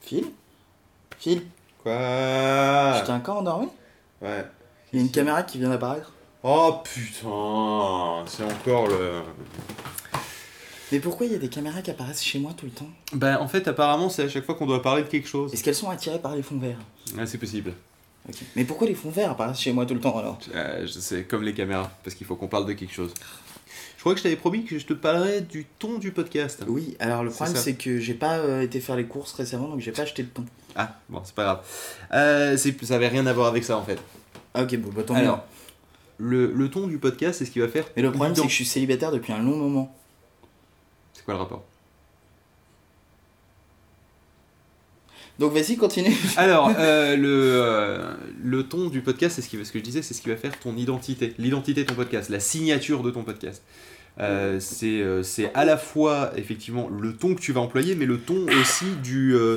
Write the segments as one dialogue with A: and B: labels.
A: Phil Phil
B: Quoi
A: Tu t'es encore endormi
B: Ouais.
A: Il y a une caméra qui vient d'apparaître.
B: Oh putain, c'est encore le.
A: Mais pourquoi il y a des caméras qui apparaissent chez moi tout le temps
B: Bah en fait apparemment c'est à chaque fois qu'on doit parler de quelque chose.
A: Est-ce qu'elles sont attirées par les fonds verts
B: Ah c'est possible.
A: Ok. Mais pourquoi les fonds verts apparaissent chez moi tout le temps alors
B: Euh, je sais, comme les caméras, parce qu'il faut qu'on parle de quelque chose. Je crois que je t'avais promis que je te parlerais du ton du podcast.
A: Oui, alors le
B: C'est
A: problème
B: ça.
A: c'est que j'ai pas euh, été faire les courses récemment donc j'ai pas acheté de thon.
B: Ah bon c'est pas grave. Euh, c'est- ça avait rien à voir avec ça en fait.
A: Ah, ok, bon, bah tant mieux.
B: Alors le, le ton du podcast c'est ce qui va faire.
A: Mais le problème c'est
B: Dis
A: que
B: donc.
A: je suis célibataire depuis un long moment.
B: C'est quoi le rapport
A: Donc vas-y, continue.
B: Alors, euh, le, euh, le ton du podcast, c'est ce, qui, va- ce que je disais, c'est ce qui va faire ton identité, l'identité de ton podcast, la signature de ton podcast. Euh, c'est euh, c'est à la fois, effectivement, le ton que tu vas employer, mais le ton aussi du, euh,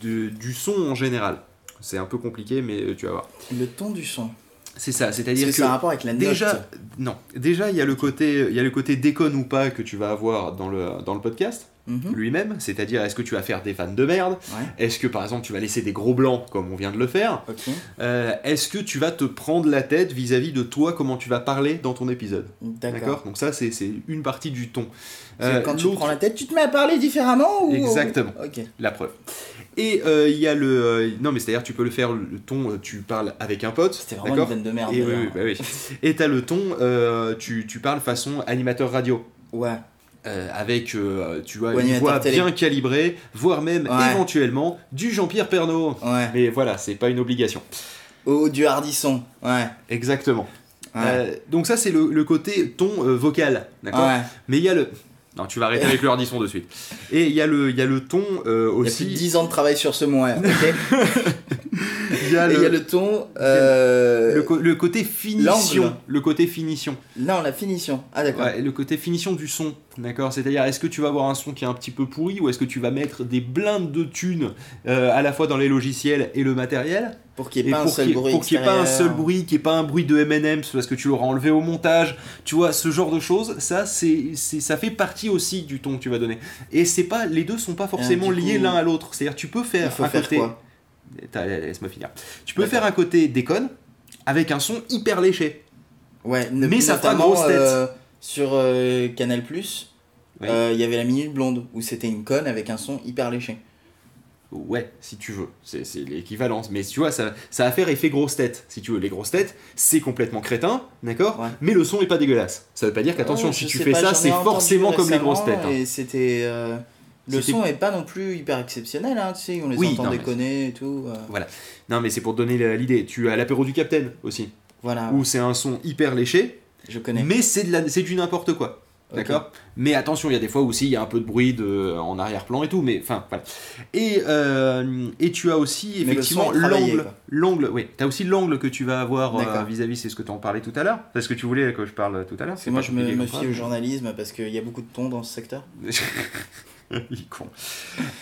B: de- du son en général. C'est un peu compliqué, mais euh, tu vas voir.
A: le ton du son.
B: C'est ça, c'est-à-dire
A: Est-ce
B: que...
A: que ça a un rapport avec la note
B: Déjà, non. Déjà, il y a le côté, il y a le côté déconne ou pas que tu vas avoir dans le, dans le podcast
A: Mhm.
B: lui-même. C'est-à-dire, est-ce que tu vas faire des fans de merde
A: Ouais,
B: Est-ce que par exemple tu vas laisser des gros blancs comme on vient de le faire
A: ok.
B: Euh, Est-ce que tu vas te prendre la tête vis-à-vis de toi comment tu vas parler dans ton épisode
A: D'accord.
B: D'accord Donc ça c'est c'est une partie du ton.
A: Parce que
B: Euh,
A: quand tu
B: l'autre-
A: prends la tête, tu te mets à parler différemment ou...
B: Exactement.
A: Ok.
B: La preuve. Et euh, il y a le euh, non mais c'est-à-dire tu peux le faire le ton euh, tu parles avec un pote.
A: C'était vraiment une
B: D'accord.
A: vanne de merde.
B: Et oui,
A: d'ailleurs.
B: oui, bah oui. Et t'as le ton euh, tu, tu parles façon animateur radio.
A: Ouais.
B: Euh, avec euh, tu vois
A: Ou
B: une
A: animateur
B: voix
A: télé.
B: bien calibrée, voire même
A: Ouais.
B: éventuellement du Jean-Pierre Pernaud.
A: Ouais.
B: Mais voilà, c'est pas une obligation.
A: Oh, du hardisson. Ouais.
B: Exactement.
A: Ouais.
B: Euh, donc ça c'est le, le côté ton euh, vocal, d'accord
A: ouais.
B: Mais il y a le... Non, tu vas arrêter avec le hardisson de suite. Et il y, a le- il y a le ton euh,
A: Il y a plus de
B: aussi...
A: 10 ans de travail sur ce mot, ouais, ok
B: Il y a
A: Et il y a
B: le,
A: le ton. euh,
B: le co- le côté
A: l'angle.
B: finition. Le côté finition.
A: Non, la finition. Ah, d'accord.
B: Ouais, et le côté finition du son, d'accord C'est-à-dire, est-ce que tu vas avoir un son qui est un petit peu pourri ou est-ce que tu vas mettre des blindes de thunes euh, à la fois dans les logiciels et le matériel
A: Pour qu'il n'y
B: Et
A: ait pas un
B: pour
A: seul
B: qu'il-
A: bruit.
B: pour qu'il n'y ait pas un
A: extérieur.
B: seul bruit, qu'il n'y ait pas un bruit de M&M's parce que tu l'auras enlevé au montage, tu vois, ce genre de choses, ça, c'est, c'est- ça fait partie aussi du ton que tu vas donner. Et c'est pas, les deux sont pas forcément
A: du coup,
B: liés l'un à l'autre. C'est-à-dire, tu peux
A: Il
B: faire
A: faut
B: un
A: faire
B: côté,
A: quoi
B: Attends, laisse-moi finir. Tu peux
A: D'accord.
B: faire un côté déconne avec un son hyper léché.
A: Ouais,
B: Mais ça fera
A: notamment,
B: grosse tête.
A: euh, sur euh, Canal, Plus euh,
B: Oui.
A: il y avait la Minute Blonde où c'était une conne avec un son hyper léché.
B: Ouais, si tu veux, c'est, c'est l'équivalence. Mais tu vois, ça, ça va faire effet grosse tête. Si tu veux, les grosses têtes, c'est complètement crétin, d'accord
A: Ouais.
B: Mais le son est pas dégueulasse. Ça veut pas dire qu'attention,
A: Oh,
B: si
A: je
B: tu
A: sais
B: fais
A: pas, j'en
B: ça,
A: ai
B: c'est
A: entendu
B: forcément comme les
A: récemment
B: grosses têtes. hein.
A: Et c'était. euh, le
B: C'était-
A: son est pas non plus hyper exceptionnel, hein, tu sais, on les
B: Oui,
A: entend
B: non, mais-
A: déconner et tout. euh,
B: Non, mais c'est pour donner la- l'idée. Tu as l'apéro du Capitaine aussi,
A: voilà,
B: où c'est un son hyper léché,
A: Ah. je connais.
B: mais c'est de la- c'est du n'importe quoi.
A: Ok.
B: D'accord Mais attention, il y a des fois aussi, il y a un peu de bruit de, en arrière-plan et tout, mais enfin, voilà. Et, euh, et tu as aussi,
A: Mais le son est
B: effectivement,
A: travaillé,
B: l'angle.
A: quoi.
B: L'angle, oui. Tu as aussi l'angle que tu vas avoir euh,
A: D'accord.
B: vis-à-vis, c'est ce que tu en parlais tout à l'heure. Parce que tu voulais que je parle tout à l'heure.
A: Parce
B: c'est
A: que moi,
B: pas
A: je me,
B: compliqué
A: me
B: comme
A: fie
B: ça.
A: au journalisme parce qu'il y a beaucoup de ton dans ce secteur.
B: il est con.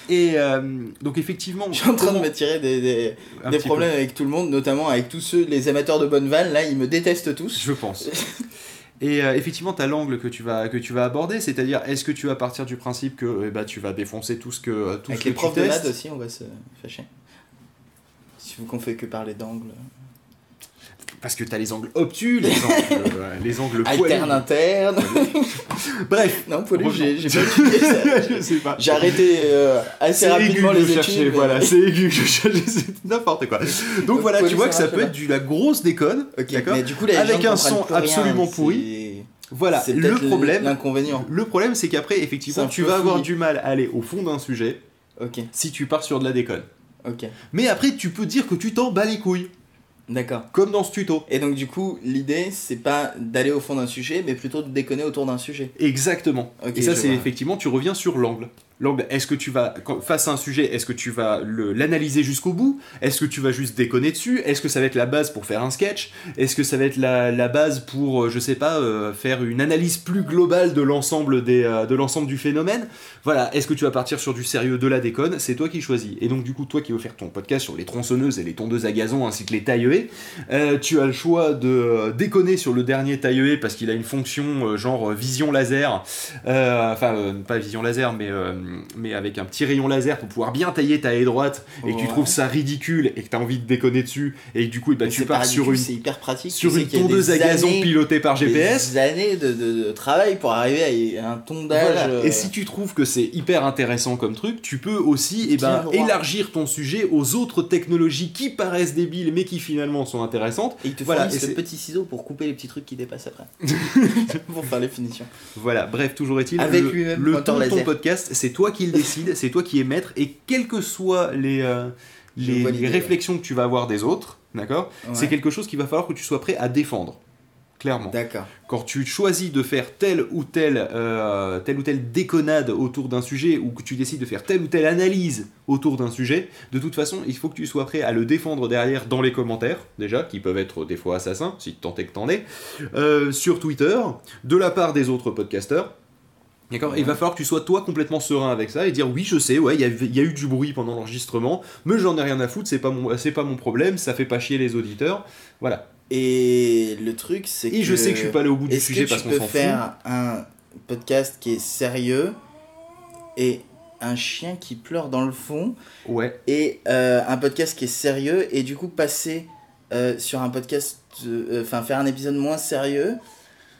B: Et euh, donc, effectivement.
A: Je suis en train de
B: comment-
A: me tirer des, des-
B: un
A: des
B: petit peu.
A: problèmes avec tout le monde, notamment avec tous ceux, les amateurs de bonne vanne. Là, ils me détestent tous.
B: Je pense. Et euh, effectivement, tu as l'angle que tu vas, que tu vas aborder, c'est-à-dire est-ce que tu vas partir du principe que eh ben, tu vas défoncer tout ce que, euh, tout
A: avec
B: ce que
A: les profs
B: tu
A: de
B: testes
A: maths aussi, on va se fâcher. Si vous qu'on fait que parler d'angle.
B: Parce que tu as les angles obtus, les angles, euh, les angles poilus.
A: Alterne interne.
B: Bref,
A: non, Paulu,
B: Revenons.
A: j'ai j'ai pas étudié ça.
B: je sais pas.
A: J'ai arrêté euh,
B: C'est
A: assez
B: aigu
A: rapidement
B: que je
A: les
B: cherchais,
A: études.
B: voilà,
A: mais-
B: c'est aigu que je cherchais, c'est n'importe quoi. Donc
A: Donc,
B: voilà,
A: faut
B: tu vois
A: les
B: que ça
A: arracher
B: peut
A: là.
B: être de la grosse déconne,
A: Ok,
B: d'accord
A: mais du coup, là, les
B: Avec
A: gens
B: un
A: comprennent
B: son
A: plus rien,
B: absolument
A: c'est-
B: pourri. Voilà,
A: c'est
B: le
A: peut-être
B: problème,
A: L'inconvénient.
B: le problème c'est qu'après, effectivement,
A: C'est un
B: tu
A: peu
B: vas avoir
A: fouillé.
B: du mal à aller au fond d'un sujet
A: Ok,
B: si tu pars sur de la déconne.
A: ok,
B: Mais après, tu peux dire que tu t'en bats les couilles,
A: d'accord.
B: comme dans ce tuto.
A: Et donc du coup, l'idée, c'est pas d'aller au fond d'un sujet, mais plutôt de déconner autour d'un sujet.
B: Exactement.
A: Ok,
B: et ça,
A: je
B: c'est
A: vois.
B: effectivement, tu reviens sur l'angle. L'angle, est-ce que tu vas, quand- face à un sujet, est-ce que tu vas le- l'analyser jusqu'au bout Est-ce que tu vas juste déconner dessus Est-ce que ça va être la base pour faire un sketch Est-ce que ça va être la, la base pour, euh, je sais pas, euh, faire une analyse plus globale de l'ensemble des, euh, de l'ensemble du phénomène Voilà, est-ce que tu vas partir sur du sérieux de la déconne C'est toi qui choisis. Et donc, du coup, toi qui veux faire ton podcast sur les tronçonneuses et les tondeuses à gazon ainsi que les tailleuées, euh, tu as le choix de euh, déconner sur le dernier tailleué parce qu'il a une fonction euh, genre euh, vision laser euh, enfin euh, pas vision laser mais, euh, mais avec un petit rayon laser pour pouvoir bien tailler ta haie droite et que tu
A: Ouais.
B: trouves ça ridicule et que t'as envie de déconner dessus et que du coup bah,
A: Mais
B: tu
A: c'est
B: pars
A: pas
B: sur
A: ridicule,
B: une,
A: C'est hyper pratique. tu
B: sur
A: sais
B: une
A: qu'il y a des
B: tondeuse à gazon
A: années-
B: pilotée par GPS.
A: Des années de, de- de travail pour arriver à un tondage.
B: Voilà.
A: euh,
B: Et si tu trouves que c'est hyper intéressant comme truc, tu peux aussi eh ben,
A: Bien droit.
B: élargir ton sujet aux autres technologies qui paraissent débiles mais qui finalement sont intéressantes.
A: Et ils te
B: Voilà,
A: fournissent
B: et
A: le
B: c'est-
A: petit ciseau pour couper les petits trucs qui dépassent après. pour faire les finitions.
B: Voilà, bref, toujours est-il,
A: Avec
B: le,
A: lui-même,
B: le
A: moteur
B: ton de ton
A: laser.
B: podcast, c'est toi qui le décides, c'est toi qui es maître, et quelles que soient les, euh,
A: Je
B: les,
A: vois
B: les
A: l'idée, ouais.
B: réflexions que tu vas avoir des autres, d'accord C'est
A: Ouais.
B: quelque chose qu'il va falloir que tu sois prêt à défendre. Clairement.
A: D'accord.
B: Quand tu choisis de faire telle ou telle, euh, telle ou telle déconnade autour d'un sujet, ou que tu décides de faire telle ou telle analyse autour d'un sujet, de toute façon, il faut que tu sois prêt à le défendre derrière dans les commentaires, déjà, qui peuvent être des fois assassins, si tant est que t'en es, euh, sur Twitter, de la part des autres podcasteurs. D'accord Et Il va falloir que tu sois toi complètement serein avec ça et dire oui, je sais, ouais, il y, avait- il y a eu du bruit pendant l'enregistrement, mais j'en ai rien à foutre, c'est pas, mon- c'est pas mon problème, ça fait pas chier les auditeurs. Voilà.
A: Et le truc, c'est que.
B: Et je sais que je suis pas allé au bout du
A: Euh, Est-ce
B: sujet
A: que
B: parce
A: tu
B: qu'on
A: peux
B: s'en fout.
A: faire un podcast qui est sérieux et un chien qui pleure dans le fond
B: Ouais.
A: et euh, un podcast qui est sérieux et du coup passer euh, sur un podcast, euh, enfin faire un épisode moins sérieux.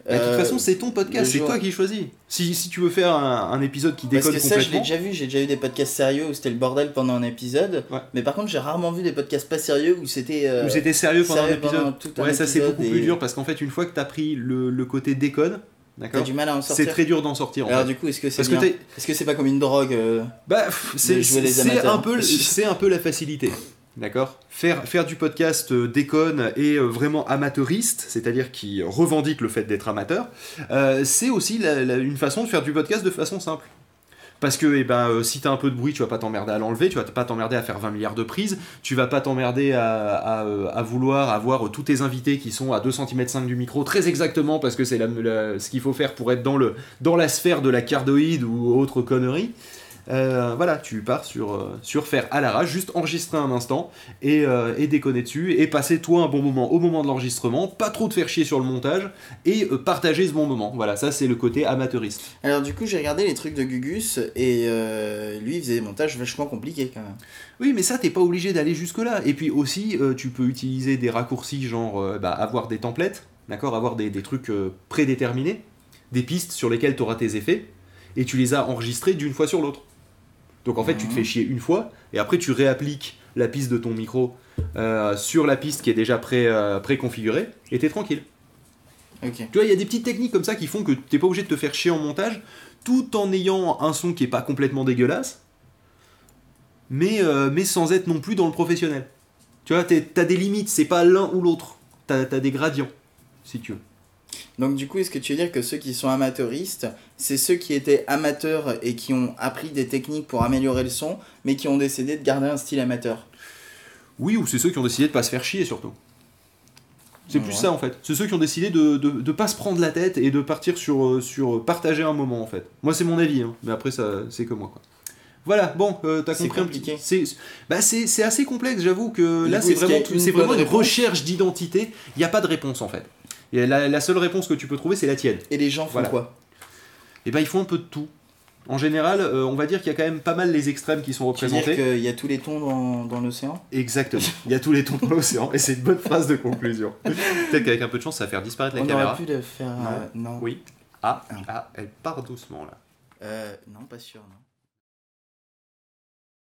B: Mais Bah, de toute
A: euh,
B: façon, c'est ton podcast,
A: le
B: c'est
A: jour-
B: toi qui choisis. Si, si tu veux faire un, un épisode qui
A: Parce
B: déconne
A: que ça, je l'ai
B: complètement,
A: déjà vu, j'ai déjà eu des podcasts sérieux où c'était le bordel pendant un épisode.
B: Ouais.
A: Mais par contre, j'ai rarement vu des podcasts pas sérieux où c'était. euh,
B: ou c'était sérieux pendant un
A: sérieux
B: épisode.
A: pendant tout un
B: ouais, ça c'est
A: épisode
B: beaucoup
A: et-
B: plus dur parce qu'en fait, une fois que t'as pris le, le côté déconne,
A: T'as
B: d'accord,
A: du mal à en
B: c'est
A: sortir.
B: très dur d'en sortir. en
A: Alors
B: fait.
A: du coup, est-ce que c'est
B: Parce que
A: bien
B: t'es-
A: Est-ce que c'est pas comme une drogue euh,
B: bah, pff, c'est
A: jouer les
B: c'est
A: amateurs.
B: un peu, le- c'est un peu la facilité. D'accord faire, faire du podcast euh, déconne et euh, vraiment amateuriste, c'est-à-dire qui revendique le fait d'être amateur, euh, c'est aussi la- la- une façon de faire du podcast de façon simple. Parce que eh ben, euh, si t'as un peu de bruit, tu vas pas t'emmerder à l'enlever, tu vas pas t'emmerder à faire 20 milliards de prises, tu vas pas t'emmerder à, à, euh, à vouloir avoir tous tes invités qui sont à 2 cm du micro très exactement parce que c'est la- la- ce qu'il faut faire pour être dans, le, dans la sphère de la cardoïde ou autre connerie. Euh, voilà, tu pars sur, euh, sur faire à l'arrache, juste enregistrer un instant et, euh, et déconner dessus et passer toi un bon moment au moment de l'enregistrement, pas trop te faire chier sur le montage et euh, partager ce bon moment. Voilà, ça c'est le côté amateuriste.
A: Alors du coup, j'ai regardé les trucs de Gugus et euh, lui, il faisait des montages vachement compliqués quand même.
B: Oui, mais ça, t'es pas obligé d'aller jusque-là. Et puis aussi, euh, tu peux utiliser des raccourcis, genre euh, bah, avoir des templates, d'accord Avoir des, des trucs euh, prédéterminés, des pistes sur lesquelles t'auras tes effets, et tu les as enregistrés d'une fois sur l'autre. Donc en fait, tu te
A: Mhm.
B: fais chier une fois, et après, tu réappliques la piste de ton micro euh, sur la piste qui est déjà pré, euh, préconfigurée, et t'es tranquille.
A: Ok.
B: Tu vois, il y a des petites techniques comme ça qui font que t'es pas obligé de te faire chier en montage, tout en ayant un son qui est pas complètement dégueulasse, mais, euh, mais sans être non plus dans le professionnel. Tu vois, t'es- t'as des limites, c'est pas l'un ou l'autre. T'as t'as des gradients, si tu veux.
A: Donc du coup, est-ce que tu veux dire que ceux qui sont amateuristes, c'est ceux qui étaient amateurs et qui ont appris des techniques pour améliorer le son, mais qui ont décidé de garder un style amateur
B: Oui, ou c'est ceux qui ont décidé de pas se faire chier surtout. C'est plus
A: Ah Ouais.
B: ça en fait. C'est ceux qui ont décidé de, de, de pas se prendre la tête et de partir sur, euh, sur euh, partager un moment en fait. Moi c'est mon avis, hein. mais après ça c'est que moi quoi. Voilà, bon, euh, t'as
A: C'est
B: compris
A: compliqué.
B: un petit c'est- Bah c'est c'est assez complexe, j'avoue que
A: Du
B: là
A: coup,
B: c'est
A: est-ce qu'il y
B: vraiment,
A: a une
B: c'est vraiment
A: bonne
B: une
A: réponse
B: recherche d'identité. Il n'y a pas de réponse en fait. Et la, la seule réponse que tu peux trouver c'est la tienne.
A: Et les gens font
B: Voilà.
A: quoi
B: Et ben ils font un peu de tout. En général, euh, on va dire qu'il y a quand même pas mal les extrêmes qui sont
A: Tu veux dire
B: représentés.
A: qu'il y a tous les tons dans, dans l'océan
B: Exactement. Il y a tous les tons dans l'océan et c'est une bonne phrase de conclusion. Peut-être qu'avec un peu de chance, ça va faire disparaître la
A: On
B: caméra.
A: aurait pu le faire... euh, Non.
B: Oui. Ah,
A: Ah.
B: ah, elle part doucement là.
A: Euh, non, pas sûr, non.